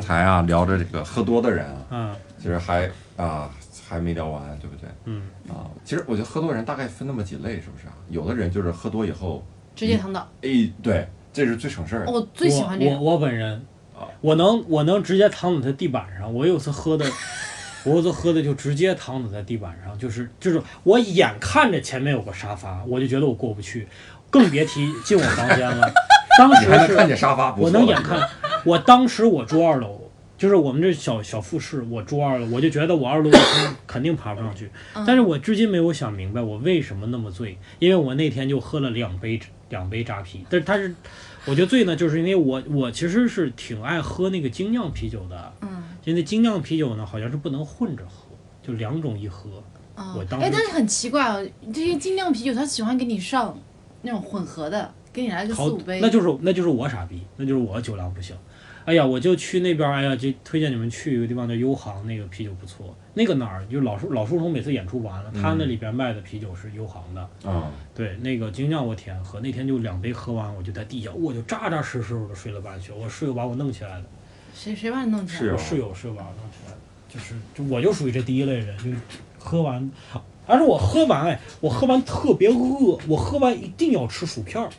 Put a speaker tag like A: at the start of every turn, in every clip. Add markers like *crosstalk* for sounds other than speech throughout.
A: 才啊聊着这个喝多的人啊，
B: 嗯
A: 其实还啊还没聊完，对不对？
B: 嗯，
A: 啊，其实我觉得喝多人大概分那么几类，是不是啊？有的人就是喝多以后，
C: 直接躺倒。
A: 哎，对，这是最省事儿的。
C: 我最喜欢这
B: 我
C: 个，
B: 我我本人
A: 啊，
B: 我能我能直接躺在他地板上。我有次
A: *laughs*
B: 喝的，我有次喝的就直接躺在他地板上，就是就是我眼看着前面有个沙发，我就觉得我过不去，更别提进我房间
A: *laughs*
B: 了。当
A: 你
B: 时
A: 还能看
B: 是
A: 见沙发，不
B: 我
A: 错
B: 能
A: 了
B: 眼看，我当时我住二楼，就是我们这小小复式，我住二楼，我就觉得我二楼肯定爬不上去。但是我至今没有想明白我为什么那么醉，因为我那天就喝了两杯两杯扎啤，但是它是。我觉得醉呢，就是因为我我其实是挺爱喝那个精酿啤酒的，
C: 嗯
B: 因为精酿啤酒呢好像是不能混着喝，就两种一喝。我
C: 嗯，
B: 当
C: 哎，
B: 时
C: 但是很奇怪啊，这些精酿啤酒他喜欢给你上那种混合的，给你来个
B: 好
C: 四五，杯，
B: 那就是那就是我傻逼，那就是我酒量不行。哎呀，我就去那边，哎呀，就推荐你们去一个地方叫优航，那个啤酒不错。那个哪儿，就老树老树虫每次演出完了，他那里边卖的啤酒是优航的。
A: 啊，
B: 对，那个精酿我天喝，那天就两杯喝完，我就在地下，我就扎扎实实的睡了半宿。我室友把我弄起来的，
C: 谁谁把你弄起
A: 是
C: 来？
B: 我室友是把我弄起来的，就是就我就属于这第一类人，就喝完，而且我喝完哎，我喝完特别饿，我喝完一定要吃薯片儿，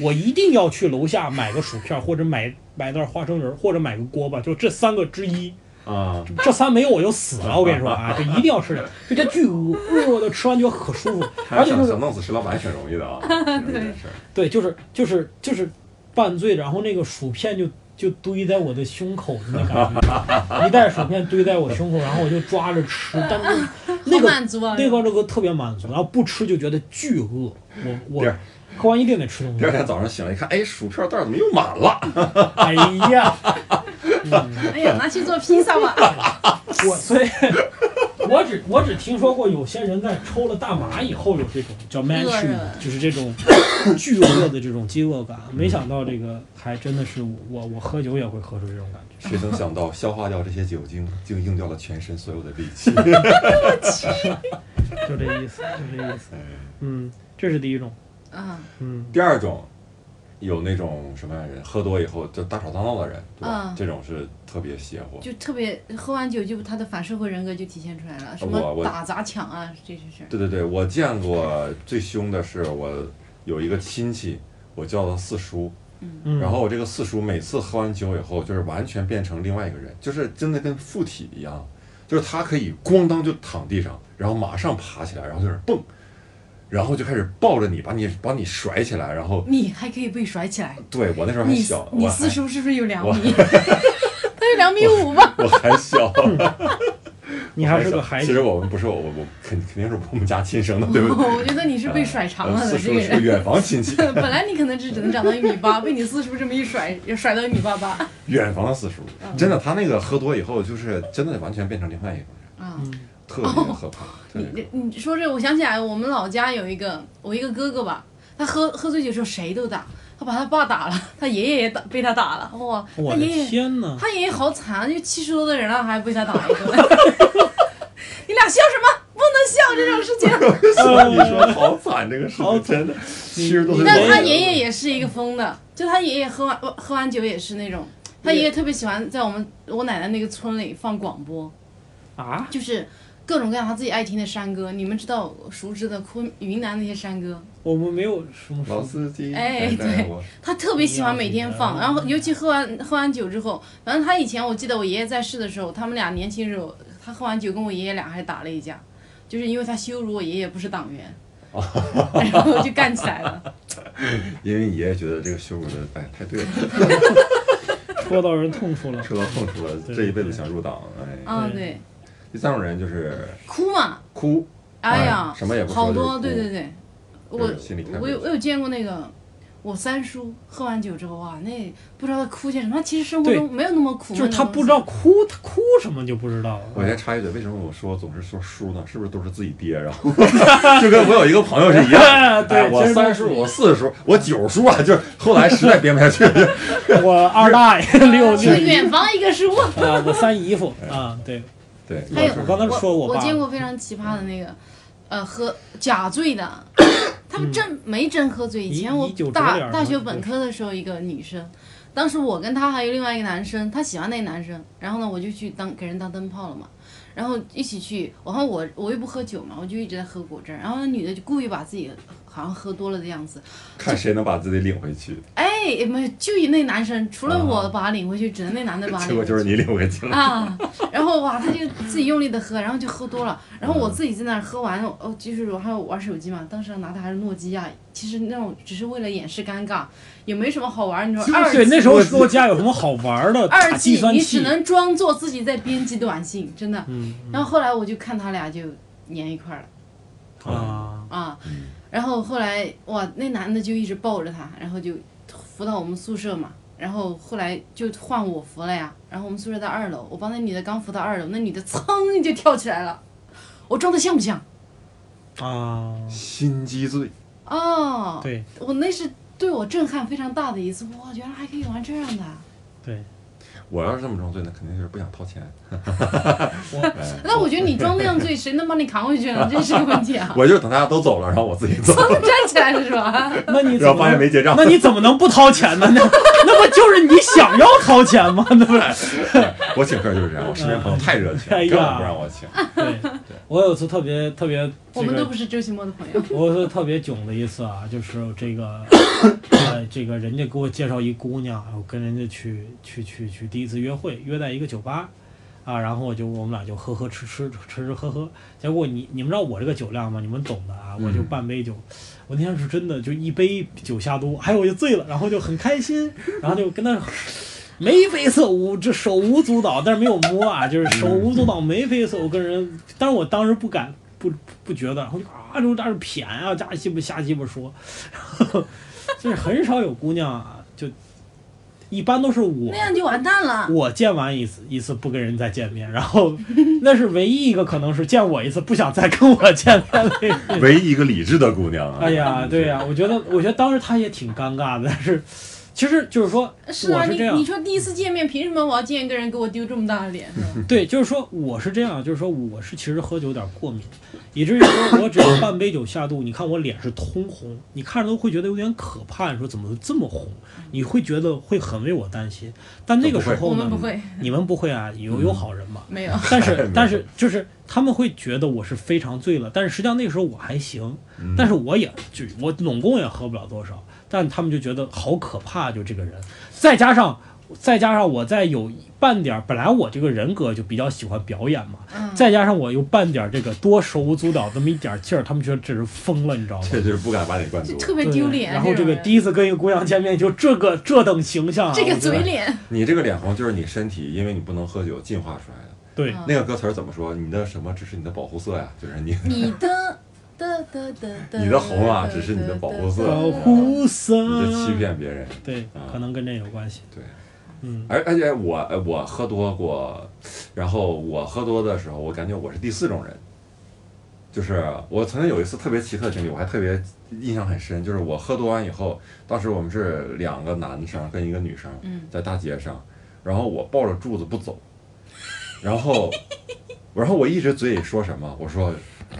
B: 我一定要去楼下买个薯片儿，或者买买袋花生仁儿，或者买个锅巴，就这三个之一。
A: 啊，
B: 这仨没有我就死了，我跟你说啊，就一定要吃点，就这巨饿，饿的吃完觉得可舒服，而
A: 他
B: 且就
A: 想
B: 是
A: 想弄死石老板挺容易的啊，对这事儿。
B: 对，就是就是就是半醉，然后那个薯片就就堆在我的胸口的那感觉，一袋薯片堆在我胸口，然后我就抓着吃，但
C: *laughs*
B: 是那
C: 好
B: 个
C: 满足啊！
B: 那个那个特别满足，然后不吃就觉得巨饿，我
A: 第
B: 我
A: 二
B: 喝完一定得吃东
A: 第二
B: 西，
A: 天早上醒来一看，哎，薯片袋怎么又满了？ *laughs*
B: 哎呀，
C: 哎呀，拿去做披萨吧。
B: 我所以。我只我只听说过有些人在抽了大麻以后有这种叫 man
C: 饿
B: s h o
C: 着
B: e 就是这种 *coughs* 巨饿的这种饥饿感。没想到这个还真的是我我喝酒也会喝出这种感觉。
A: 谁能想到，消化掉这些酒精，竟用掉了全身所有的力气。
B: 就这意思，就这意思。嗯，这是第一种。
C: 嗯
B: 嗯，
A: 第二种，有那种什么样的人，喝多以后就大吵大闹的人，对吧？
C: 嗯
A: 这种是特别邪乎。
C: 就特别喝完酒就他的反社会人格就体现出来了，什
A: 我
C: 么
A: 我
C: 打砸抢啊，这些事儿。
A: 对对对，我见过最凶的是我有一个亲戚，我叫他四叔，
B: 嗯
A: 然后我这个四叔每次喝完酒以后，就是完全变成另外一个人，就是真的跟附体一样，就是他可以咣当就躺地上，然后马上爬起来，然后就是蹦，然后就开始抱着你，把你把你甩起来，然后
C: 你还可以被甩起来，
A: 对我那时候还
C: 你
A: 小，
C: 你
A: 我
C: 四
A: 还
C: 叔是不是有两
A: 我
C: 米？ *laughs* 他有两米五吧？
A: 我还小，
B: 你还是个孩
A: 其实
B: 子。
A: 我们不是我我我肯肯定是我们家亲生的，
C: *laughs*
A: 对不对？
C: 我觉得你是被甩长了
A: 呃
C: 的
A: 四
C: 这
A: 叔
C: 个
A: 是
C: 人。
A: 远房亲戚，
C: *laughs*
A: *laughs*
C: 本来你可能只只能长到一米八，被你四叔这么一甩，甩到一米八八。
A: 远房的四叔，
C: 嗯
A: 真的，他那个喝多以后，就是真的完全变成另外一个人，
C: 啊，
A: 特别可怕，特别可
C: 哦你你说这，我想起来，我们老家有一个我一个哥哥吧，他喝喝醉酒时候谁都打，他把他爸打了，他爷爷也打被他打了，哇，
B: 我
C: 他
B: 的
C: 爷爷
B: 天哪！
C: 他爷爷好惨，就七十多的人了还被他打一顿。 *laughs* 你俩笑什么？不能笑这种事情。
A: 怕。 *laughs* 你说好惨，这个事
B: 好
A: 情真的，七十多岁
B: 你
A: 的
C: 但
A: 人，
C: 他爷爷也是一个疯的，就他爷爷喝完喝完酒也是那种，他爷爷特别喜欢在我们我奶奶那个村里放广播，
B: 啊，
C: 就是各种各样他自己爱听的山歌。你们知道熟知的昆云南那些山歌，
B: 我们没有什么
A: 老
B: 说。
A: 司机，
C: 哎
A: 带
C: 对
A: 我
C: 他特别喜欢每天放，然后尤其喝完喝完酒之后，反正他以前我记得我爷爷在世的时候，他们俩年轻时候，他喝完酒跟我爷爷俩还打了一架，就是因为他羞辱我爷爷不是党 *laughs* 员，然后就干起来了。
A: 因为你爷爷觉得这个羞辱的，哎，太对了，
B: 戳到人痛处了。
A: 吃到碰出了，
B: 对
A: 这一辈子想入党，哎。
C: 啊，
B: 对
C: 对，
A: 第三种人就是
C: 哭嘛，
A: 哭，
C: 哎呀，
A: 什么也不说
C: 好
A: 就是
C: 多，
A: 哭
C: 对对对，我
A: 就是心里太
C: 我
A: 委
C: 有
A: 屈
C: 我有见过那个。我三叔喝完酒之后啊，那不知道他哭些什么。他其实生活
B: 对
C: 中没有那么苦闷
B: 就
C: 的
B: 是
C: 东西，
B: 他不知道哭，他哭什么就不知道
A: 我
B: 了。，
A: 先插一嘴，为什么我说总是说叔呢？是不是都是自己爹？然后 *laughs* 就跟我有一个朋友是一样的
B: *laughs* 对
A: 哎我
B: 其实都
A: 三
B: 是
A: 叔，我四叔，我九叔啊，就是后来实在编不下去了，
B: 我二
C: *laughs*
B: 大爷六
C: 一个
B: 舅
C: 远房一个叔。
B: 啊，我三姨夫啊，对，
A: *laughs* 对，
C: 还有
A: 我
B: 我刚才
C: 我
B: 说
C: 我
B: 爸， *coughs*
C: 见过非常奇葩的那个，呃，喝假醉的，他他们真没真喝醉。以前
B: 以
C: 我
B: 以嗯酒酌点
C: 大
B: 儿
C: 大
B: 嘛
C: 学
B: 就
C: 本
B: 是
C: 科的时候，一个女生，当时我跟她还有另外一个男生，他喜欢那个男生，然后呢，我就去当给人当灯泡了嘛。然后一起去，然后我我又不喝酒嘛，我就一直在喝果汁儿。然后那女的就故意把自己好像喝多了的样子，
A: 看谁能把自己领回去，
C: 哎，没就以那男生，除了我
A: 啊
C: 把他领回去，只能那男
B: *laughs*
C: 的把他
A: 结
C: 领
A: 果
C: 回去。
A: 就是你领回去了。
C: 啊，然后哇，他就自己用力的喝，然后就喝多了，然后我自己在那儿喝完，哦，就是我还有玩手机嘛，当时拿的还是诺基亚，其实那种只是为了掩饰尴尬，也没什么好玩，你说二
B: 对，那时候
A: 我
B: 说家有什么好玩的
C: 二
B: 打计
C: 季
B: 算
C: 你只
B: 器，
C: 能装作自己在编辑短信，真的。
B: 嗯
C: 然后后来我就看他俩就粘一块儿了
B: 啊，
C: 啊，然后后来哇，那男的就一直抱着她，然后就扶到我们宿舍嘛。然后后来就换我扶了呀，然后我们宿舍在二楼，我帮那女的刚扶到二楼，那女的噌就跳起来了，我装的像不像？
B: 啊，
A: 心机醉，
C: 哦，
B: 对
C: 我那是对我震撼非常大的一次，哇，原来还可以玩这样
B: *laughs*
C: 的。
B: 对，
A: 我要是这么装醉，那肯定就是不想掏钱。 *laughs* 哎
C: 那我觉得你装那样醉，谁能帮你扛回去呢？这是个问
B: *laughs*
C: 题啊。
A: 我就是等大家都走了， *laughs* 然后我自己走，
C: 站起来了是吧？
B: 那你
A: 然
B: 怎
A: 后发
B: 么
A: 现没结账
B: 那。你怎么能不掏钱呢？那那不就是你想要掏钱吗？那不是。
A: 我请客就是这样，我身边朋友太热情，
B: 哎呀哎
A: 根本不让我请。
B: 对，我有次特别特别，
C: 我们都不是周奇墨的朋友。
B: 我有次特别囧的一次啊，就是这个，呃，这个人家给我介绍一姑娘，我跟人家去去去去第一次约会，约在一个酒吧，啊，然后我就我们俩就喝喝吃吃吃吃喝喝，结果你你们知道我这个酒量吗？你们懂的啊，我
A: 嗯
B: 就半杯酒，我那天是真的就一杯酒下肚，哎，我就醉了，然后就很开心，然后就跟他。眉飞色舞，这手舞足蹈，但是没有摸啊，就是手舞足蹈，眉飞色舞跟人，但是我当时不敢，不不觉得，然后就啊，就在那儿谝啊，瞎鸡巴瞎鸡巴说， *laughs* 然后就是很少有姑娘啊，就一般都是我
C: 那样就完蛋了。
B: 我见完一次一次不跟人再见面，然后那是唯一一个可能是见我一次不想再跟我见面的人。
A: 唯一一个理智的姑娘啊！
B: 哎呀，对呀、我觉得我觉得当时她也挺尴尬的，但是其实就是说
C: 是啊，
B: 我是
C: 你
B: 这样
C: 你说第一次见面，凭什么我要见一个人给我丢这么大的脸？是吧
B: 对，就是说我是这样，就是说我是其实喝酒有点过敏，以至于说我只要半杯酒下肚，你看我脸是通红，你看着都会觉得有点可怕，你说怎么这么红？你会觉得会很为我担心。但那个时
C: 我
B: 候
C: 们
B: 呢
C: 不，会，
B: 你们不会啊，有有好人嘛。
C: 没有。
B: 但
A: 没
B: 是
A: 有
B: 但是就是他们会觉得我是非常醉了，但是实际上那个时候我还行，
A: 嗯
B: 但是我也就我总共也喝不了多少，但他们就觉得好可怕，就这个人，再加上再加上我再有半点儿，本来我这个人格就比较喜欢表演嘛，
C: 嗯，
B: 再加上我有半点儿这个多手舞足蹈这么一点儿劲儿，他们觉得这是疯了，你知道吗？
A: 确实不敢把你灌
C: 就
A: 足。
C: 特别
B: 对
C: 丢脸。
B: 然后
C: 这
B: 这个
C: 种人
B: 第一次跟一个姑娘见面就这个这等形象啊、
C: 这
B: 我觉
C: 个
B: 得
C: 嘴脸，
A: 你这个脸红就是你身体，因为你不能喝酒进化出来的。
B: 对
C: 啊
A: 那个歌词儿怎么说？你的什么只是你的保护色呀？ *laughs* 就是你
C: 你的的的的的，
A: 你的红啊只是你的保护色
B: 保护色，
A: 你在欺骗啊别人。
B: 对，可能跟这有关系。
A: 对，
B: 嗯，
A: 而而且我呃我喝多过，然后我喝多的时候，我感觉我是第四种人，就是我曾经有一次特别奇特的经历，我还特别印象很深，就是我喝多完以后，当时我们是两个男生跟一个女生
C: 嗯
A: 在大街上，然后我抱着柱子不走，然后然后我一直嘴里说什么，我说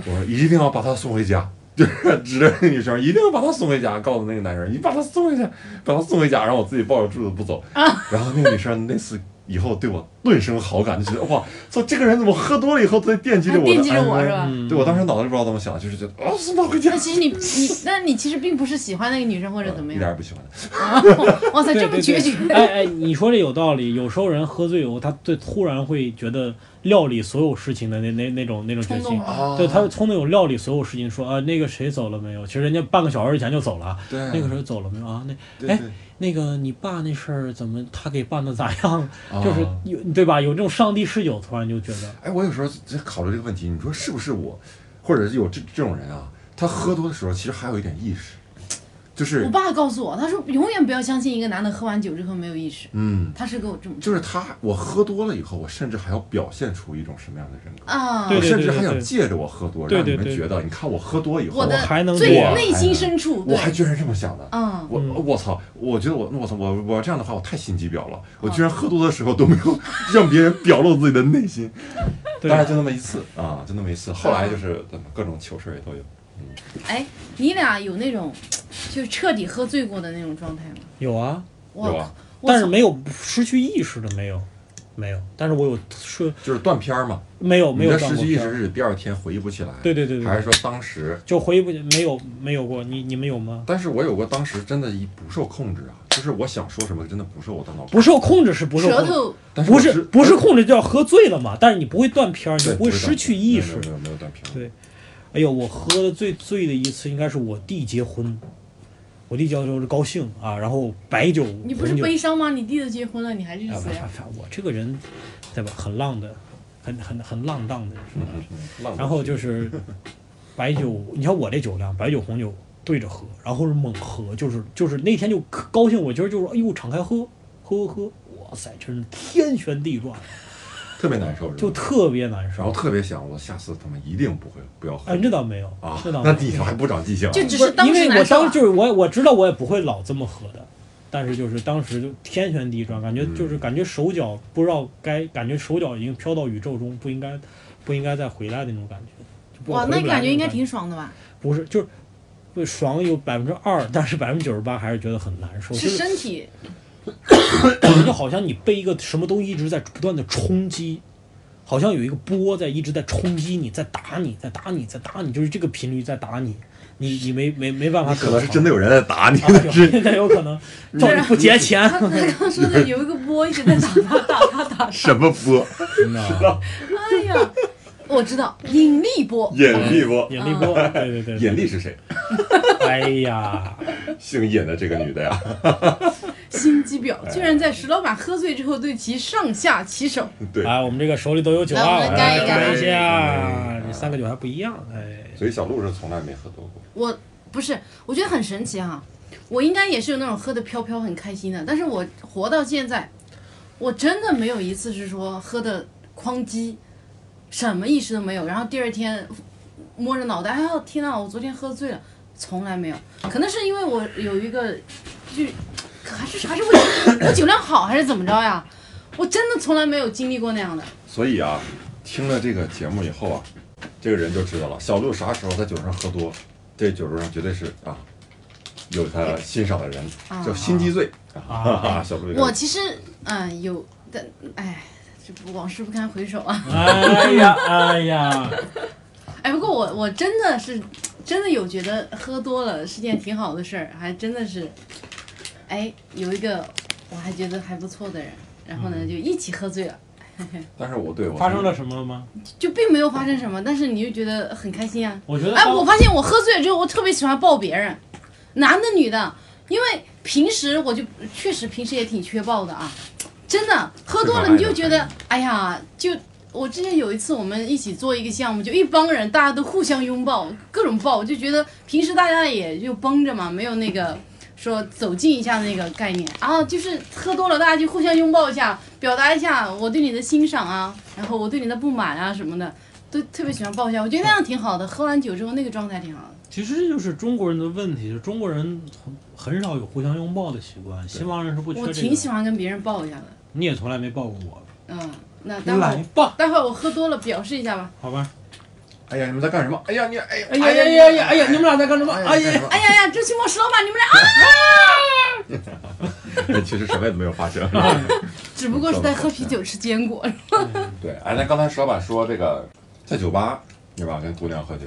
A: 我说一定要把她送回家。就是指着那女生，一定要把她送回家，告诉那个男生，你把她送回家，把她送回家，然后我自己抱着柱子不走。
C: 啊
A: 然后那个女生那次以后对我顿生好感，就觉得哇，操，这个人怎么喝多了以后在惦记着我的
C: 惦记着我
A: 安危
C: 是吧
B: 嗯
A: 对我当时脑子里不知道怎么想，就是觉得啊，送他回家
C: 那。其实你你，那你其实并不是喜欢那个女生或者怎么
A: 一点
C: 样。
A: 也不喜欢他。
C: 哇塞，
B: 对
C: *laughs* 这么
B: 对
C: 决绝。
B: *laughs* 哎哎，你说这有道理。有时候人喝醉以后，他对突然会觉得料理所有事情的那那那种那种决
C: 冲
B: 心
C: 动。了
A: 啊
B: 对他聪明有料理所有事情，说啊那个谁走了没有？其实人家半个小时以前就走了，
A: 对
B: 那个谁走了没有啊？那
A: 对
B: 哎
A: 对
B: 那个你爸那事儿怎么他给办的咋样？
A: *laughs*
C: 哎
A: 啊
B: 就是有对吧？有这种上帝视角，突然就觉得
A: 哎，我有时候在考虑这个问题，你说是不是我，或者是有这这种人啊？他喝多的时候其实还有一点意识，就是
C: 我爸告诉我，他说永远不要相信一个男的喝完酒之后没有意识。
A: 嗯，
C: 他是给我这么
A: 就是他我喝多了以后，我甚至还要表现出一种什么样的人格？
C: 啊，
B: 对
A: 我
B: 对
A: 甚至还
B: 对
A: 想
B: 对
A: 借着我喝多，
B: 对
A: 让
B: 对
A: 你们
B: 对
A: 觉得，你看我喝多以后，
C: 我的
B: 我还能啊这
C: 最
B: 样
C: 内心深处，
A: 我
C: 对，
A: 还居然这么想的。
C: 嗯，
A: 我我操！我觉得我我操我我这样的话我太心机婊了，我
C: 啊
A: 居然喝多的时候都没有 *laughs* 让别人表露自己的内心，
B: 对
C: 啊
A: 当然就那么一次啊，就那么一次。后来就是各种糗事儿也都有，
C: 哎，你俩有那种就彻底喝醉过的那种状态吗？
B: 有啊，
C: 我
A: 有吧
C: 我
B: 但是
C: 操
B: 没有失去意识的没有，没有。但是我有是
A: 就是断片儿嘛。
B: 没哦有没
A: 你的
B: 有断
A: 失
B: 过
A: 去意
B: 片
A: 识
B: 儿。
A: 是指第二天回忆不起来，
B: 对对对
A: 还
B: 对，
A: 是说当时？
B: 就回忆不没有没有过，你你们有吗？
A: 但是我有过当时真的一不受控制啊，就是我想说什么真的不受我大脑控制，
B: 不受控制是不受控
C: 舌
B: 制，
C: 头
A: 但是
B: 不
A: 我
B: 是
A: 是
B: 不是控制叫喝醉了嘛？但是你不会断片儿，你
A: 对
B: 不会失去意
A: 没
B: 识
A: 有。没有没有断片儿，
B: 对哎呦，我喝的最醉的一次应该是我弟结婚，我弟结婚的时候是高兴啊，然后白酒，
C: 你不是
B: 红酒
C: 悲伤吗？你弟都结婚了，你还认
B: 啊，
C: 识
B: 反
C: 呀？
B: 反我这个人，对吧？很浪的，很很很浪荡的人。
A: 嗯嗯嗯浪费
B: 然后就是白酒，你看我这酒量，白酒、红酒对着喝，然后是猛喝，就是就是那天就可高兴，我觉得就是哎呦，敞开喝，喝喝喝，哇塞，真是天旋地转，
A: 特别难受，
B: 就是
A: 吧
B: 特别难
A: 然后
B: 受。
A: 特别想，我下次他们一定不会不要喝
B: 哎，这倒没有，
A: 啊
B: 这倒，没
A: 那
B: 有。
A: 你还不长记性啊？
C: 就只
B: 不是
C: 是当
B: 因
C: 时
B: 为我
C: 难受
B: 当
C: 啊。
B: 就是我我知道我也不会老这么喝的，但是就是当时就天旋地转，感觉就是
A: 嗯
B: 感觉手脚不知道该，感觉手脚已经飘到宇宙中，不应该不应该再回来的那种感觉。就不
C: 哇，
B: 回
C: 那
B: 不来
C: 感觉
B: 种
C: 应该
B: 感
C: 挺爽的吧？
B: 不是就是。不爽有百分之二，但是百分之九十八还是觉得很难受，就是是
C: 身体
B: 感觉就好像你被一个什么东西一直在不断的冲击，好像有一个波在一直在冲击你，在打你，在打你，在打你，就是这个频率在打你，你你没没没办法
A: 你
B: 躲
A: 可
B: 藏。
A: 能是真的有人在打你，
B: 啊，
A: 是
B: 有那有可能，叫你不结钱，
C: 他他刚说的有一个波一直在打
B: *laughs*
C: 他打他
A: *laughs*
C: 打，
A: 什么波？
C: 哎呀，我知道引力波，
A: 引力波？
B: 啊引力波，对对对，
A: 引力是谁？
B: 哎呀，
A: 姓尹的这个女的呀？
C: 心机婊
B: 哎
C: 居然在石老板喝醉之后对其上下其手，
A: 对，
B: 哎，我们这个手里都有酒啊，
C: 来我们
B: 来
C: 干一干
B: 干一下
A: 哎，
B: 啊这三个酒还不一样，哎，
A: 所以小鹿是从来没喝多过。
C: 我不是，我觉得很神奇哈、啊我应该也是有那种喝的飘飘很开心的，但是我活到现在，我真的没有一次是说喝的哐叽，什么意识都没有，然后第二天摸着脑袋，哎呦天呐，我昨天喝醉了，从来没有，可能是因为我有一个，就可还是还是我我酒量好还是怎么着呀？我真的从来没有经历过那样的，
A: 所以啊，听了这个节目以后啊，这个人就知道了，小鹿啥时候在酒桌上喝多，这酒桌上绝对是啊，有他欣赏的人，
C: 啊
A: 叫心机醉 *laughs*
B: 啊
A: 啊。小鹿应该
C: 我其实嗯有，但哎，这不往事不堪回首啊。
B: 哎呀，哎呀，
C: 哎，不过我我真的是真的有觉得喝多了是件挺好的事儿，还真的是，哎，有一个我还觉得还不错的人，然后呢就一起喝醉了，
A: 但是我对我
B: 发生了什么了吗？
C: 就并没有发生什么，但是你就觉得很开心啊。
B: 我觉得
C: 哎，
B: 当
C: 我发现我喝醉了之后，我特别喜欢抱别人，男的女的，因为平时我就确实平时也挺缺抱的啊，真的喝多了你就觉
A: 这个
C: 得
A: 还，
C: 哎呀，就我之前有一次我们一起做一个项目，就一帮人大家都互相拥抱，各种抱，我就觉得平时大家也就绷着嘛，没有那个。说走近一下那个概念啊，就是喝多了大家就互相拥抱一下，表达一下我对你的欣赏啊，然后我对你的不满啊什么的，都特别喜欢抱一下。我觉得那样挺好的，喝完酒之后那个状态挺好的。
B: 其实这就是中国人的问题，就中国人很很少有互相拥抱的习惯，西方人是不缺这
C: 我
B: 个的。
C: 挺喜欢跟别人抱一下的，
B: 你也从来没抱过我，
C: 嗯，那待会
B: 来
C: 儿
B: 吧，
C: 待会儿我喝多了表示一下吧。
B: 好吧。
A: 哎呀，你们在干什么？哎呀，你哎呀
B: 哎呀呀呀呀！哎呀，你们俩在干什么？哎呀，
C: 哎呀呀，周奇墨石老板，你们俩啊，
A: 哎， *laughs* 其实什么也没有发
B: *laughs*
A: 生。
C: 只不过是在喝啤酒吃坚果。
A: 对，哎，那刚才石老板说这个在酒吧对吧，跟姑娘喝酒，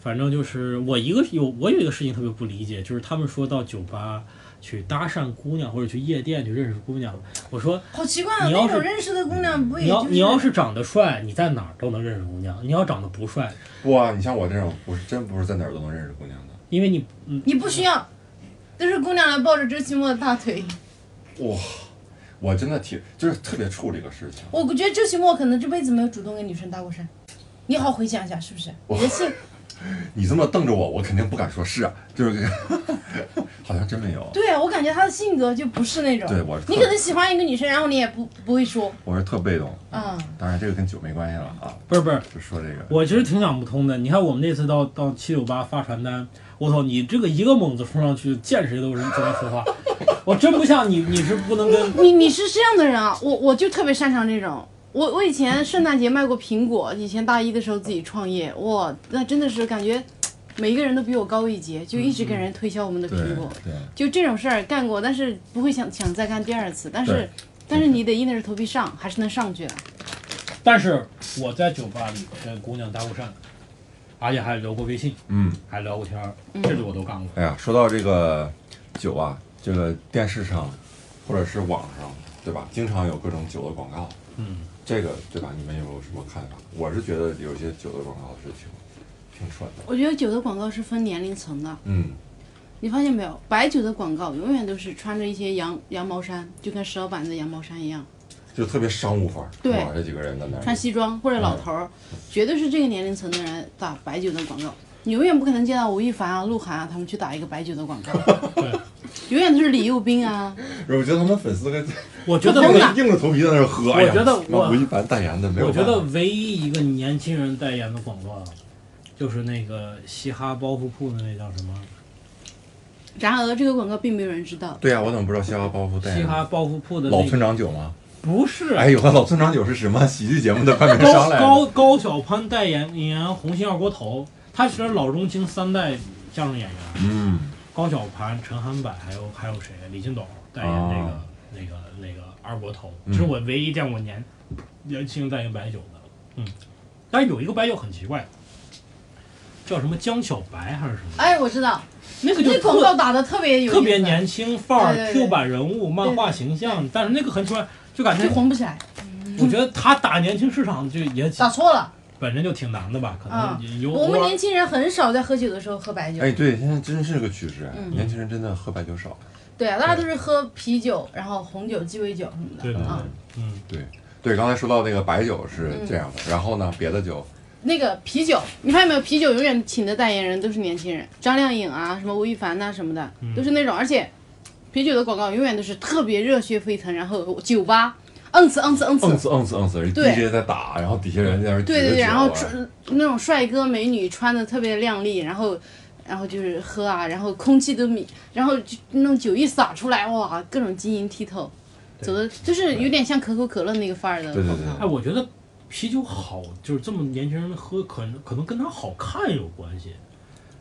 B: 反正就是我一个有我有一个事情特别不理解，就是他们说到酒吧去搭讪姑娘或者去夜店去认识姑娘，我说
C: 好奇怪啊，
B: 你
C: 那
B: 要是
C: 种认识的姑娘不也
B: 你要
C: 就
B: 你要是长得帅，你在哪儿都能认识姑娘；你要长得不帅，
A: 哇，你像我这种，我是真不是在哪儿都能认识姑娘的。
B: 因为你嗯
C: 你不需要，但是姑娘来抱着周奇墨的大腿，
A: 哇，我真的挺就是特别怵这个事情。
C: 我觉得周奇墨可能这辈子没有主动跟女生搭过讪。你好好回想一下，是不是？你的性
A: 你这么瞪着我，我肯定不敢说是啊，就是 *laughs* 好像真没有。
C: 对啊，我感觉他的性格就不是那种。
A: 对我是
C: 你可能喜欢一个女生，然后你也不不会说，
A: 我是特被动，
C: 嗯，
A: 当然这个跟酒没关系了啊，
B: 不是不是，
A: 就说这个。
B: 我其实挺想不通的。你看我们那次到到七九八发传单，我操，你这个一个猛子冲上去，见谁都是怎么说话，我真不像你，你是不能跟
C: 你你是这样的人啊，我我就特别擅长这种。我我以前圣诞节卖过苹果，以前大一的时候自己创业，哇，那真的是感觉每一个人都比我高一截，就一直跟人推销我们的
A: 对
C: 苹果。
A: 对
C: 就这种事儿干过，但是不会想想再干第二次。但是
A: 对
C: 但是你得硬着头皮上，还是能上去的。
B: 但是我在酒吧里跟姑娘搭过讪，而且还聊过微信，
A: 嗯，
B: 还聊过天儿，
C: 嗯
B: 这个我都干过。
A: 哎呀，说到这个酒啊，这个电视上或者是网上，对吧？经常有各种酒的广告，
B: 嗯，
A: 这个对吧？你们有什么看法？我是觉得有些酒的广告是挺挺蠢的。
C: 我觉得酒的广告是分年龄层的，
A: 嗯，
C: 你发现没有？白酒的广告永远都是穿着一些羊羊毛衫，就跟石老板的羊毛衫一样，
A: 就特别商务范儿。
C: 对
A: 哇这几个人在那
C: 穿
A: 儿，
C: 西装或者老头儿，绝对是这个年龄层的人打白酒的广告。你永远不可能见到吴亦凡啊、鹿晗啊他们去打一个白酒的广告，
B: 对，
C: 永远都是李幼斌啊，
A: 我觉得他们粉丝跟
B: 我觉得
C: 嗯真
B: 唯
C: 的
A: 硬着头皮在那儿喝。哎呀
B: 我觉得
A: 那
B: 我
A: 吴亦凡代言的没有
B: 我
A: 办法。
B: 觉得唯一一个年轻人代言的广告，就是那个嘻哈包袱铺的那叫什么？
C: 然而这个广告并没有人知道。
A: 对呀、啊我怎么不知道嘻哈包袱代
B: 嘻
A: 言
B: 哈包袱铺的
A: 老
B: 那
A: 村
B: 个
A: 长酒吗？
B: 不是
A: 哎呦，老村长酒是什么 *laughs* 喜剧节目的冠名商
B: 高
A: 来
B: 高
A: 着？
B: 高晓攀代言人红星二锅头，他是老中青三代相声演员，
A: 嗯，
B: 高晓攀、陈涵柏还有还有谁？李金斗代言那个、
A: 啊
B: 那个那个二锅头，
A: 嗯
B: 这是我唯一见过年年轻代言白酒的。嗯，但是有一个白酒很奇怪，叫什么江小白还是什么？
C: 哎，我知道，
B: 那个就
C: 那广
B: 特
C: 告打的特别有
B: 特别
C: 意思
B: 年轻范儿
C: 对对对
B: ，Q 版人物、漫画形象，但是那个很奇怪，就感觉
C: 就红不起来，
B: 嗯我觉得他打年轻市场就也
C: 打错了。
B: 本身就挺难的吧，可
C: 啊
B: 能也有
C: 我们
B: 偶尔
C: 年轻人很少在喝酒的时候喝白酒，
A: 哎，对，现在真是个趋势，啊
C: 嗯
A: 年轻人真的喝白酒少。
C: 对啊，大家都是喝啤酒，然后红酒、鸡尾酒什么
B: 对
C: 的
B: 对
C: 啊。
B: 对，嗯，
A: 对，刚才说到那个白酒是这
C: 嗯
A: 样的，然后呢，别的酒，
C: 那个啤酒，你发现没有？啤酒永远请的代言人都是年轻人，张靓颖啊，什么吴亦凡呐、什么的，
A: 嗯
C: 都是那种，而且啤酒的广告永远都是特别热血沸腾，然后酒吧嗯呲嗯呲嗯
A: 嗯
C: 呲，
A: 呲嗯呲嗯呲
C: 对
A: ，DJ 在打，然后底下人在那儿举
C: 对
A: 着
C: 对
A: 酒
C: 对，
A: 啊
C: 然后穿那种帅哥美女穿的特别靓丽，然后。然后就是喝啊，然后空气都米，然后就那种酒一洒出来，哇，各种晶莹剔透，
B: 对
C: 走的就是有点像可口可乐那个范儿的
A: 对对
C: 广
A: 对
C: 告。
B: 哎，我觉得啤酒好，就是这么年轻人喝，可能可能跟他好看有关系，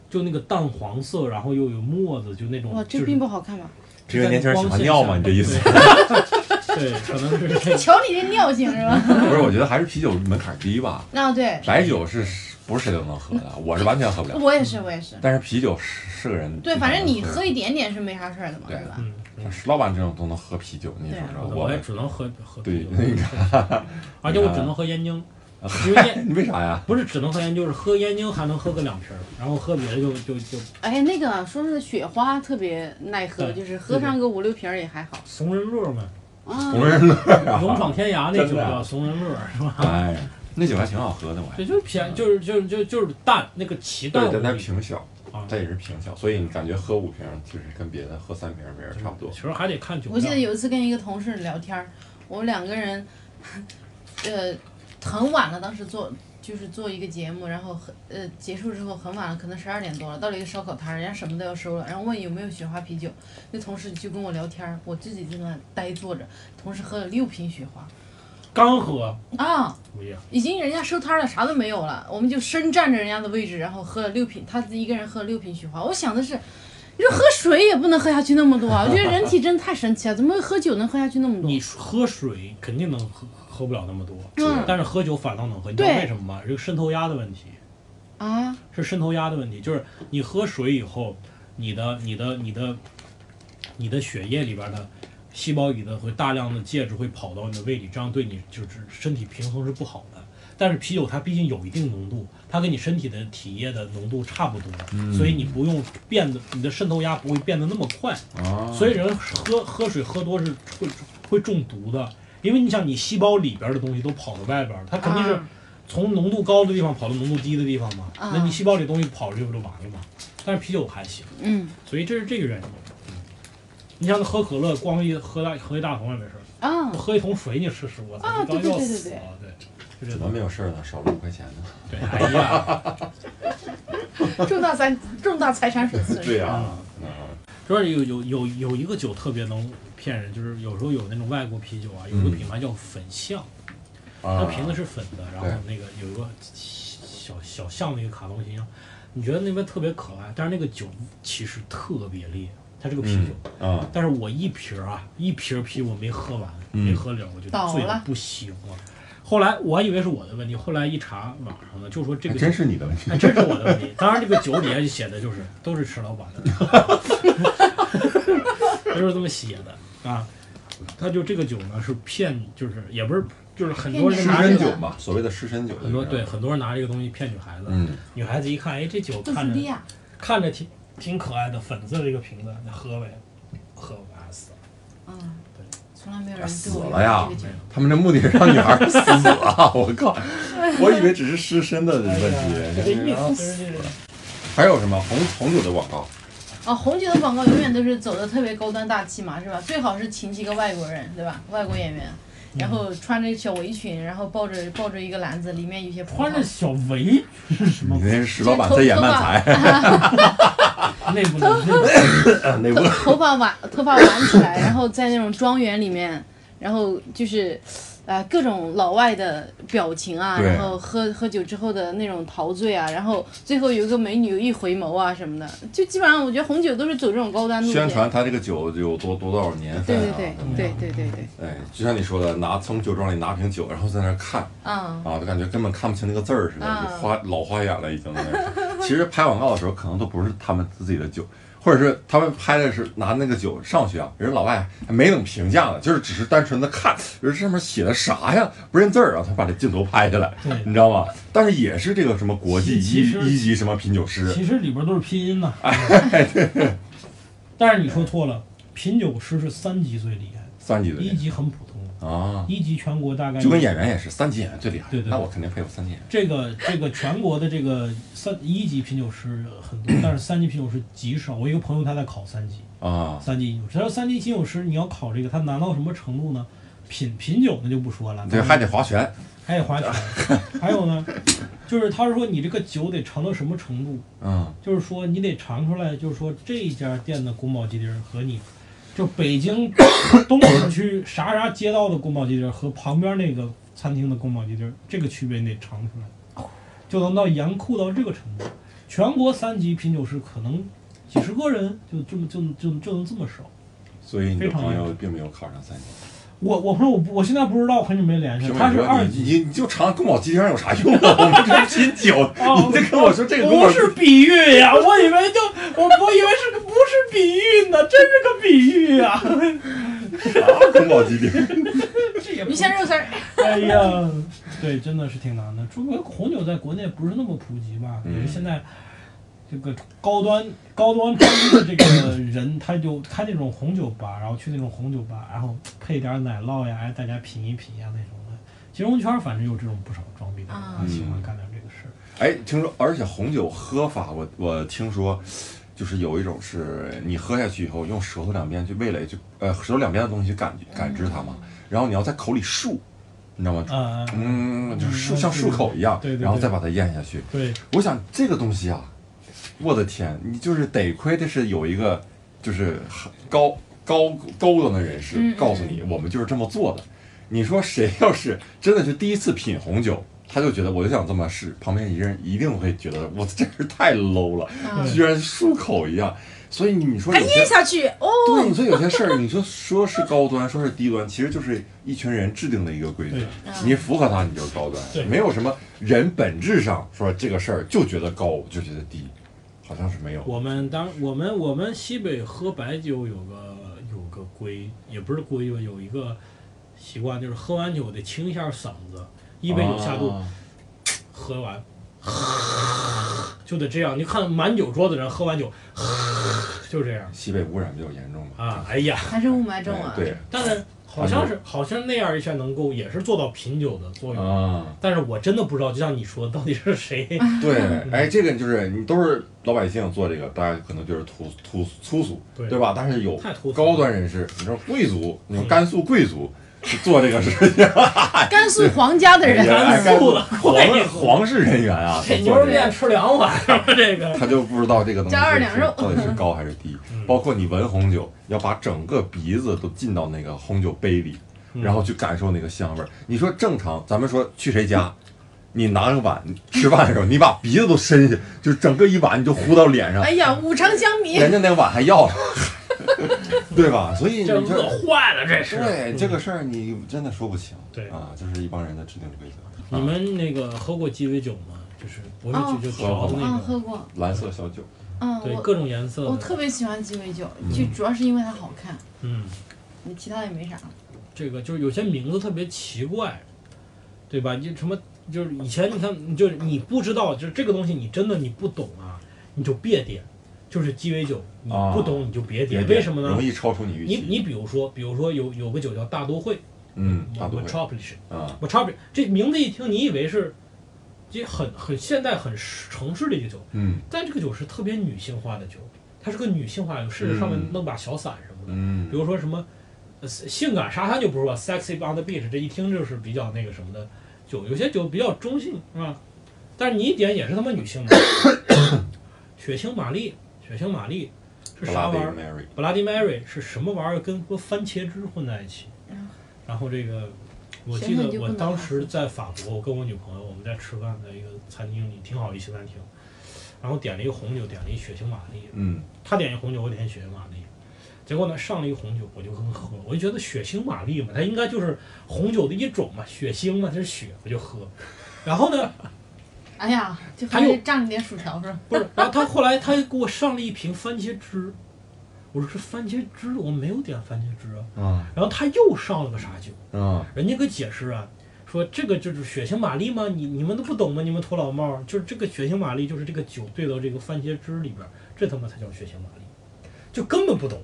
B: 就那个淡黄色，然后又有沫子，就那种
C: 哇，
B: 就
C: 这
B: 是
C: 并不好看吧？
A: 是因为年轻人喜欢尿吗？你这意思？
B: 对，可能是
A: *laughs*
B: 这
C: 瞧你这尿性是吧？ *laughs*
A: 不是，我觉得还是啤酒门槛低吧，
C: 那对，
A: 白酒是不是谁都能喝的，我是完全喝不了，
C: 我也是，我也是。
A: 但是啤酒是是个人
C: 对，
A: 经常
C: 反正你
A: 能
C: 喝一点点是没啥事儿的嘛，
A: 嗯对
C: 是吧？
B: 嗯，嗯
A: 像石老板这种都能喝啤酒，你说
C: 对啊
A: 说，
B: 我
A: 我
B: 也
A: 们
B: 只能喝喝
A: 对 *laughs*
B: 啤酒，而且我只能喝燕京，因为燕
A: *laughs* 你为啥呀？
B: 不是只能喝燕京，就是喝燕京还能喝个两瓶儿，然后喝别的就就就
C: 哎，那个说是雪花特别耐喝，
B: 对
C: 就是喝上个五六瓶儿也还好。
B: 怂人乐嘛，
C: 啊，
A: 同人
B: *laughs*
A: 乐 *laughs* 啊，
B: 勇闯天涯那
A: 真
B: 酒
A: 的啊
B: 叫怂人乐是吧？
A: 哎呀，那酒还挺好喝的，我还
B: 对，就是偏，就是就是就就是淡那个奇淡
A: 对，
B: 无
A: 但它
B: 比
A: 平小，
B: 啊，
A: 它也是平小，所以你感觉喝五瓶其实跟别的喝三瓶没人差不多
B: 其。实还得看酒量。
C: 我记得有一次跟一个同事聊天儿，我们两个人，呃，很晚了，当时做就是做一个节目，然后很呃结束之后很晚了，可能十二点多了，到了一个烧烤摊儿，人家什么都要收了，然后问有没有雪花啤酒，那同事就跟我聊天儿，我自己在那呆坐着，同事喝了六瓶雪花
B: 刚喝
C: 啊。
B: 不一样，
C: 已经人家收摊了，啥都没有了，我们就深占着人家的位置，然后喝了六瓶，他自己一个人喝了六瓶雪花。我想的是，你说喝水也不能喝下去那么多啊！我觉得人体真的太神奇了，怎么喝酒能喝下去那么多？
B: 你喝水肯定能喝喝不了那么多，
C: 嗯
B: 但是喝酒反倒能喝，你知道
C: 对
B: 为什么吗？这个渗透压的问题
C: 啊，
B: 是渗透压的问题，就是你喝水以后，你的你的你的你的血液里边的。细胞里的会大量的介质会跑到你的胃里，这样对你就是身体平衡是不好的。但是啤酒它毕竟有一定浓度，它跟你身体的体液的浓度差不多，所以你不用变得你的渗透压不会变得那么快。
A: 啊
B: 嗯所以人喝喝水喝多是会会中毒的，因为你想你细胞里边的东西都跑到外边儿，它肯定是
C: 啊
B: 从浓度高的地方跑到浓度低的地方嘛。
C: 啊
B: 那你细胞里东西跑出去不就完了嘛？但是啤酒还行，
C: 嗯
B: 所以这是这个原因。嗯你像喝可乐，光一喝大喝一大桶也没事儿， *laughs*
C: 啊
B: 我，喝一桶水你试试，我操，
C: 啊
B: 刚
C: 对对
B: 要
C: 对
B: 死
C: 对
B: 啊！对，就这
A: 怎
B: 种
A: 么没有事儿呢？少了五块钱呢？
B: 对，哎 *laughs* 呀，
C: 重大财重大财产损失。
A: 呀，嗯
B: 嗯就是有有有有一个酒特别能骗人，就是有时候有那种外国啤酒啊，有一个
A: 嗯
B: 品牌叫粉象。
A: 啊
B: 它瓶子是粉的，然后
A: 对
B: 那个有一个小小像那个卡通形象，你觉得那边特别可爱，但是那个酒其实特别烈，它是个啤酒。
A: 啊，
B: 但是我一瓶儿啊，一瓶儿啤我没喝完，
A: 嗯
B: 没喝了，我就
C: 倒
B: 醉
C: 了
B: 不行了。后来我还以为是我的问题，后来一查网上的就说这
A: 还
B: 个
A: 真是你的问题。
B: 哎，真是我的问题。当然，这个酒底下就写的就是都是吃老板的，他就是这么写的啊。他就这个酒呢是骗，就是也不是，就是很多人
A: 湿
B: 拿
C: 骗
A: 身
B: 这
C: 女
B: 个
C: 孩
A: 酒嘛，所谓的湿身酒。
B: 很多对，很多人拿这个东西骗女孩子。
A: 嗯，
B: 女孩子一看，哎，这酒
C: 哥
B: 看
C: 斯
B: 着
C: 利亚，
B: 看着挺挺可爱的，粉色的一个瓶子，那喝呗，喝吧死了。
C: 嗯
B: 对，哎
C: 从来没有人
A: 啊死
C: 对我
A: 了呀
C: 这个酒
A: 他们这目的是让女孩死
B: *laughs*
A: 啊！我靠，我以为只是湿身的问
B: 哎呀
A: 题。啊
B: 这个意思就是这个。
A: 还有什么红红酒的广告？
C: 啊，红酒的广告永远都是走的特别高端大气嘛，是吧？最好是请几个外国人，对吧？外国演员，然后穿着小围裙，然后抱着抱着一个篮子，里面有些葡
B: 穿着
C: 萄。
B: 小围是什么
A: 你？那是石老板在演漫才，
B: 内部的内部的
A: *laughs* 那不
B: *laughs*
C: 头发挽头发挽起来，然后在那种庄园里面，然后就是，呃，各种老外的表情啊，
A: 对
C: 然后喝喝酒之后的那种陶醉啊，然后最后有一个美女一回眸啊什么的，就基本上我觉得红酒都是走这种高端路线。
A: 宣传他这个酒有多多多少年份
C: 对
A: 啊
C: 对？对对对对对，
A: 哎，就像你说的，拿从酒庄里拿瓶酒，然后在那儿看
C: 嗯，
A: 啊，就感觉根本看不清那个字儿似的，
B: 嗯
C: 啊
A: 就花老花眼了已经在那儿。 *laughs* 其实拍广告的时候，可能都不是他们自己的酒，或者是他们拍的是拿那个酒上去啊，人家老外还没等评价呢，就是只是单纯的看，人这上面写的啥呀，不认字儿啊，他把这镜头拍下来，
B: 对
A: *laughs* 你知道吗？但是也是这个什么国际
B: 其
A: 一
B: 实
A: 一级什么品酒师，
B: 其实里边都是拼音呐、
A: 哎 *laughs*
B: 但是你说错了，品酒师是三级最厉害，
A: 三级的
B: 一
A: 人
B: 级很普通，
A: 啊，
B: 一级全国大概
A: 就跟演员也是，三级演员最厉害，
B: 对对对
A: 那我肯定佩服三级演员。
B: 这个这个全国的这个三一级品酒师很多，但是三级品酒师极少。我一个朋友他在考三级，
A: 啊，
B: 三级品酒师，他说三级品酒师你要考这个，他难到什么程度呢？品品酒那就不说了，
A: 啊对，
B: 但是
A: 还得划拳，
B: 还得
A: *laughs*
B: 划拳，还有呢，就是他说你这个酒得尝到什么程度，
A: 嗯，
B: 就是说你得尝出来，就是说这家店的宫保鸡丁儿和你，就北京 *coughs* 东城区啥啥街道的宫保鸡丁儿和旁边那个餐厅的宫保鸡丁儿，这个区别你得尝出来，就能到严酷到这个程度。全国三级品酒师可能几十个人就这么就就就能这么少。
A: 所以你的
B: 非常
A: 朋友并没有考上三级。
B: 我我朋友我不我现在不知道，很久没联系
A: 评委
B: 了。他是
A: 说
B: 二
A: 你
B: 级，
A: 你你就尝宫保鸡丁有啥用啊？我们这是品酒，
B: 哦
A: 你再跟我说这个宫保
B: 不
A: 鸡
B: 是比喻呀、我以为就我我以为是个不是比喻呢，真是个比喻呀、
A: 啥啊宫保鸡丁，
B: 这也不
C: 鱼香肉丝儿。
B: 哎呀，对，真的是挺难的。中国红酒在国内不是那么普及吧？
A: 嗯
B: 也是现在这个高端高端专业的这个人，他就开那种红酒吧，然后去那种红酒吧，然后配点奶酪呀，哎大家品一品呀那种的。金融圈反正有这种不少装逼的人啊，
C: 嗯
B: 喜欢干点这个事儿。
A: 哎，听说而且红酒喝法，我我听说。就是有一种是你喝下去以后，用舌头两边去味蕾去，呃，舌头两边的东西去感觉感知它嘛，然后你要在口里漱，你知道吗？
B: 啊、嗯，
A: 嗯，就是漱
B: 嗯
A: 像漱口一样，
B: 对对对
A: 然后再把它咽下去。
B: 对，
A: 我想这个东西啊，我的天，你就是得亏的是有一个就是高高高端的人士
C: 嗯
A: 告诉你，我们就是这么做的。你说谁要是真的是第一次品红酒，他就觉得我就想这么试，旁边一人一定会觉得我这是太 low 了，
C: 嗯
A: 居然漱口一样。所以你说
C: 还
A: 有些
C: 咽下去哦。
A: 对，你说有些事儿，你说说是高端，说是低端，其实就是一群人制定的一个规则
B: 对，
A: 嗯你符合它，你就是高端
B: 对，
A: 没有什么人本质上说这个事儿就觉得高，就觉得低，好像是没有。
B: 我们当我们我们西北喝白酒有个有个规，也不是规吧，有一个习惯就是喝完酒得清一下嗓子，一杯酒下肚，
A: 啊
B: 喝完。 *laughs* 就得这样，你看满酒桌子人喝完酒， *laughs* 就这样
A: 西北污染比较严重嘛？
B: 啊！哎呀，
C: 还是雾霾重
A: 哎
C: 啊！
A: 对，
B: 但是好像是好像那样一下能够也是做到品酒的作用，
A: 啊啊，
B: 但是我真的不知道，就像你说，到底
A: *laughs*
B: 是谁？ *laughs*
A: 对，哎，这个就是你都是老百姓做这个，大家可能就是粗粗粗俗，
B: 对
A: 对吧？但是有
B: 太粗俗了
A: 高端人士，你说贵族，你说甘肃贵族是做这个事情，
C: 甘肃皇家的人，啊
A: 哎
B: 甘肃的
A: 皇
B: 贵族
A: 皇室人员
C: *laughs*
A: 啊，
B: 给
A: 做
B: 牛
A: 这
B: 肉
A: 个
B: 面吃
A: *laughs*
B: 两碗，这个
A: 他就不知道这个东西
C: 加二
A: 是
C: 两肉
A: 到底是高还是低。
B: 嗯
A: 包括你闻红酒，要把整个鼻子都浸到那个红酒杯里，然后去感受那个香味儿。你说正常，咱们说去谁家，你拿着碗吃饭的时候，你把鼻子都伸下去，就整个一碗你就糊到脸上，
C: 哎呀，五常相比，
A: 人家那个碗还要了， *laughs* 对吧？所以你
B: 这
A: 就
B: 饿坏了，这是。
A: 对这个事儿你真的说不清，
B: 对
A: 啊，就是一帮人的制定规则。
B: 你
A: 啊
B: 们那个喝过鸡尾酒吗？就是不是
C: 哦
B: 就就调的
C: 嗯，
B: 那种，
C: 喝过，
A: 蓝色小酒，
C: 嗯，
B: 对
C: 我
B: 各种颜色
C: 我
B: 的。
C: 特别喜欢鸡尾酒，
A: 嗯
C: 就主要是因为它好看，
B: 嗯，
C: 你其他也没啥。
B: 这个就是有些名字特别奇怪，对吧？就什么就是以前你看，就是你不知道，就是这个东西你真的你不懂啊，你就别点。就是鸡尾酒，你
A: 啊
B: 不懂你就别点，
A: 别
B: 为什么呢
A: 容？易超出你预
B: 你
A: 期。
B: 你比如说，比如说有有个酒叫大都会，
A: 嗯，大多
B: m
A: 会
B: e t r o p o l i s
A: 啊，
B: m e t r o p o l i s 这名字一听，你以为是这很很现代很城市的一个酒，
A: 嗯
B: 但这个酒是特别女性化的酒，它是个女性化的酒，甚至上面弄把小伞什么的，
A: 嗯，
B: 比如说什么，呃，性感沙滩就不是吧，sexy on the beach，这一听就是比较那个什么的酒，有些酒比较中性是吧？但是你一点也是他妈女性的， *coughs* 血腥玛丽，血腥玛丽是
A: 布
B: 啥
A: 拉
B: 玩
A: 迪
B: 意儿？
A: Mary，
B: Bloody Mary 是什么玩意儿？跟和番茄汁混在一起。然后这个，我记
C: 现在
B: 得
C: 就不
B: 我
C: 能
B: 当时在法国，我跟我女朋友我们在吃饭，在一个餐厅里，挺好一西餐厅，然后点了一个红酒，点了一血腥玛丽。
A: 嗯
B: 她点一红酒，我点一血腥玛丽。结果呢，上了一红酒，我就跟喝，我就觉得血腥玛丽嘛，它应该就是红酒的一种嘛，血腥嘛，它是血，我就喝。然后呢，
C: 哎呀，就
B: 还有
C: 蘸了点薯条是吧？
B: 不是，然后他后来他给我上了一瓶番茄汁，我说这番茄汁我没有点番茄汁啊。
A: 啊
B: 然后他又上了个啥酒？
A: 啊，
B: 人家给解释啊，说这个就是血腥玛丽吗？你你们都不懂吗？你们土老帽儿就是这个血腥玛丽，就是这个酒兑到这个番茄汁里边儿，这他妈才叫血腥玛丽，就根本不懂。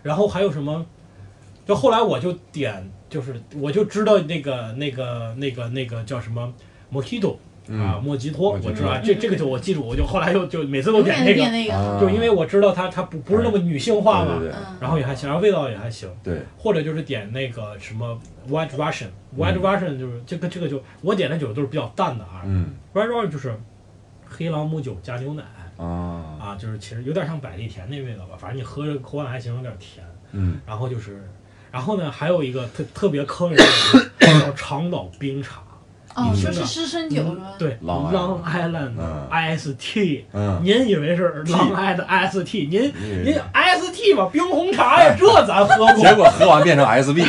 B: 然后还有什么？就后来我就点，就是我就知道那个那个那个那个叫什么 Mojito 啊，
A: 嗯
B: 莫吉托，
A: 莫吉托
B: 我知道啊这这个酒我记住，我就后来又就每次都点这个，
C: 点那个，
A: 啊
B: 就因为我知道它它不不是那么女性化嘛嗯
A: 对，对对
C: 嗯，
B: 然后也还行，然后味道也还行。
A: 对，
B: 或者就是点那个什么 White Russian，White Russian 就是这个这个酒，我点的酒都是比较淡的啊。
A: 嗯
B: White Russian 就是黑朗姆酒加牛奶
A: 啊，
B: 啊，就是其实有点像百利甜那味道吧，反正你喝着口感还行，有点甜。
A: 嗯
B: 然后就是，然后呢，还有一个特特别坑人的叫长岛冰茶，
C: 哦，
A: 你
C: 说
B: 知
C: 是
B: 道
C: 湿身酒是吧？，
B: 嗯对
A: Long
B: ，Long Island
A: 嗯
B: IST。
A: 嗯，
B: 您以为是
A: Tea
B: Long Island IST？您
A: 你以为
B: 您 IST 吧，冰红
A: *laughs*
B: 茶呀，这咱喝过。
A: 嗯结果喝完变成 SB，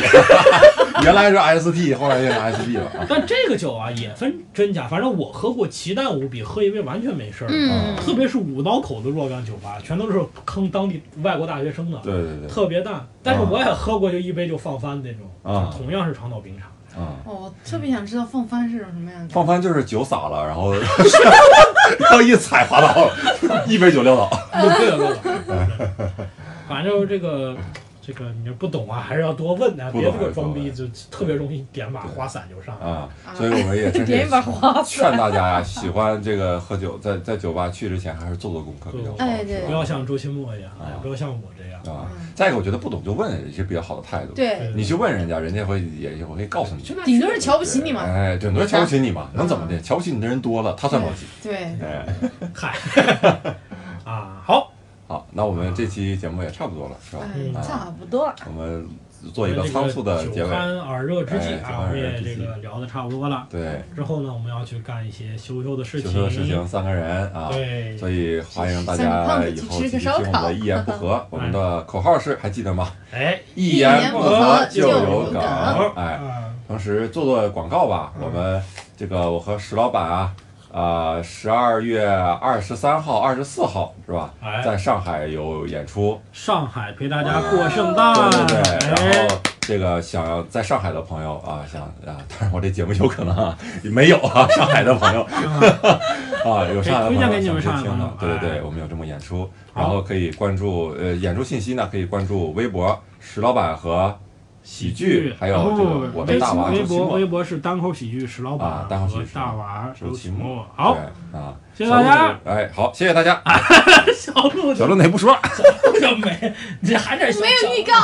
A: 原来是 ST，后来变成 SB 了啊。
B: *laughs* 但这个酒啊也分真假，反正我喝过奇淡无比，喝一杯完全没事儿。
C: 嗯，
B: 特别是五道口的若干酒吧，全都是坑当地外国大学生的，
A: 对对对，
B: 特别淡。但是我也喝过，就一杯就放翻那种，
A: 啊
B: 就同样是长岛冰
C: *laughs*
B: 茶。
A: 啊，
C: 哦我特别想知道放翻是种什么样的。
A: 放翻就是酒洒了，然后 *laughs* 然后一踩滑倒了，一杯酒撂倒。
B: 对了对了， *laughs* 反正这个这个你不懂啊，还是要多问啊，
A: 不
B: 别
A: 懂
B: 这
A: 还
B: 个
A: 是
B: 装
A: 多
B: 逼
A: 问
B: 就特别容易点把花伞就上。
A: 啊，所以我们也真
C: 点
A: 是
C: 一把花
A: 劝大家呀，喜欢这个喝酒，在在酒吧去之前还是做做功课比较好，
C: 哎对嗯
A: 是吧
B: 不要像周清墨一样，哎
A: 啊
B: 不要像我这样。
A: 啊。再一个，我觉得不懂就问也是比较好的态度。，
C: 对，
A: 你去问人家，人家会也也会告诉你。
C: 顶多是瞧不起你嘛。嗯
A: 哎，对，能瞧不起你嘛？能怎么的？瞧不起你的人多了，他算老几？
C: 对，
A: 哎，
B: 嗨，啊好，嗯
A: 好，那我们这期节目也差不多了，是吧？
C: 哎，
A: 啊
C: 差不多了。
A: 我们做一个仓促的结
B: 酒
A: 尾。
B: 酣耳热之际
A: 哎酒酣
B: 啊，我
A: 耳
B: 们
A: 热
B: 也
A: 之
B: 这
A: 际
B: 个聊的差不多了。
A: 对，
B: 之后呢，我们要去干一些羞羞的事
A: 就
B: 情。
A: 是事情三个人啊。
B: 对，
A: 所以欢迎大
C: 三个胖
A: 家
C: 子
A: 以
C: 去
A: 后
C: 吃
A: 继续
C: 个
A: 听
C: 烧
A: 我们
C: 烤
A: 的一言不
B: *laughs*
A: 合。我们的口号是，还记得吗？
B: 哎，
A: 一
C: 言
A: 言
C: 不
A: 不
C: 合
A: 合
C: 就
A: 就
C: 有
A: 有
C: 梗
A: 梗
B: 好，，
A: 哎。
B: 嗯
A: 同时做做广告吧。我们这个我和石老板啊，啊，十二月二十三号、二十四号是吧
B: 哎？
A: 在上海有演出，
B: 上海陪大家过圣诞，
A: 对对对。然
B: 哎
A: 后这个想要在上海的朋友啊，想啊，当然我这节目有可能啊
B: 哎
A: 没有啊，上海的
B: *laughs*
A: 朋友啊，有上海的朋
B: 推
A: 友
B: 荐给
A: 想
B: 你们
A: 去
B: 上海
A: 听
B: 朋友
A: 的，对对
B: 哎
A: 对，我们有这么演出，
B: 好
A: 然后可以关注呃演出信息呢，可以关注微博石老板和。喜剧，还有
B: 啊不
A: 这
B: 不
A: 个
B: 不
A: 我的大娃
B: 微
A: 周奇
B: 博
A: 墨
B: 微博是单口喜剧石老板
A: 啊单口喜剧
B: 和大娃周
A: 周
B: 奇
A: 奇
B: 墨
A: 墨。
B: 好，
A: 对啊，
B: 谢谢大家。啊
A: 哎，好，谢谢大家。
B: 小鹿
A: 小鹿也不说了，
B: 小鹿没，你这还点没
C: 没有预告。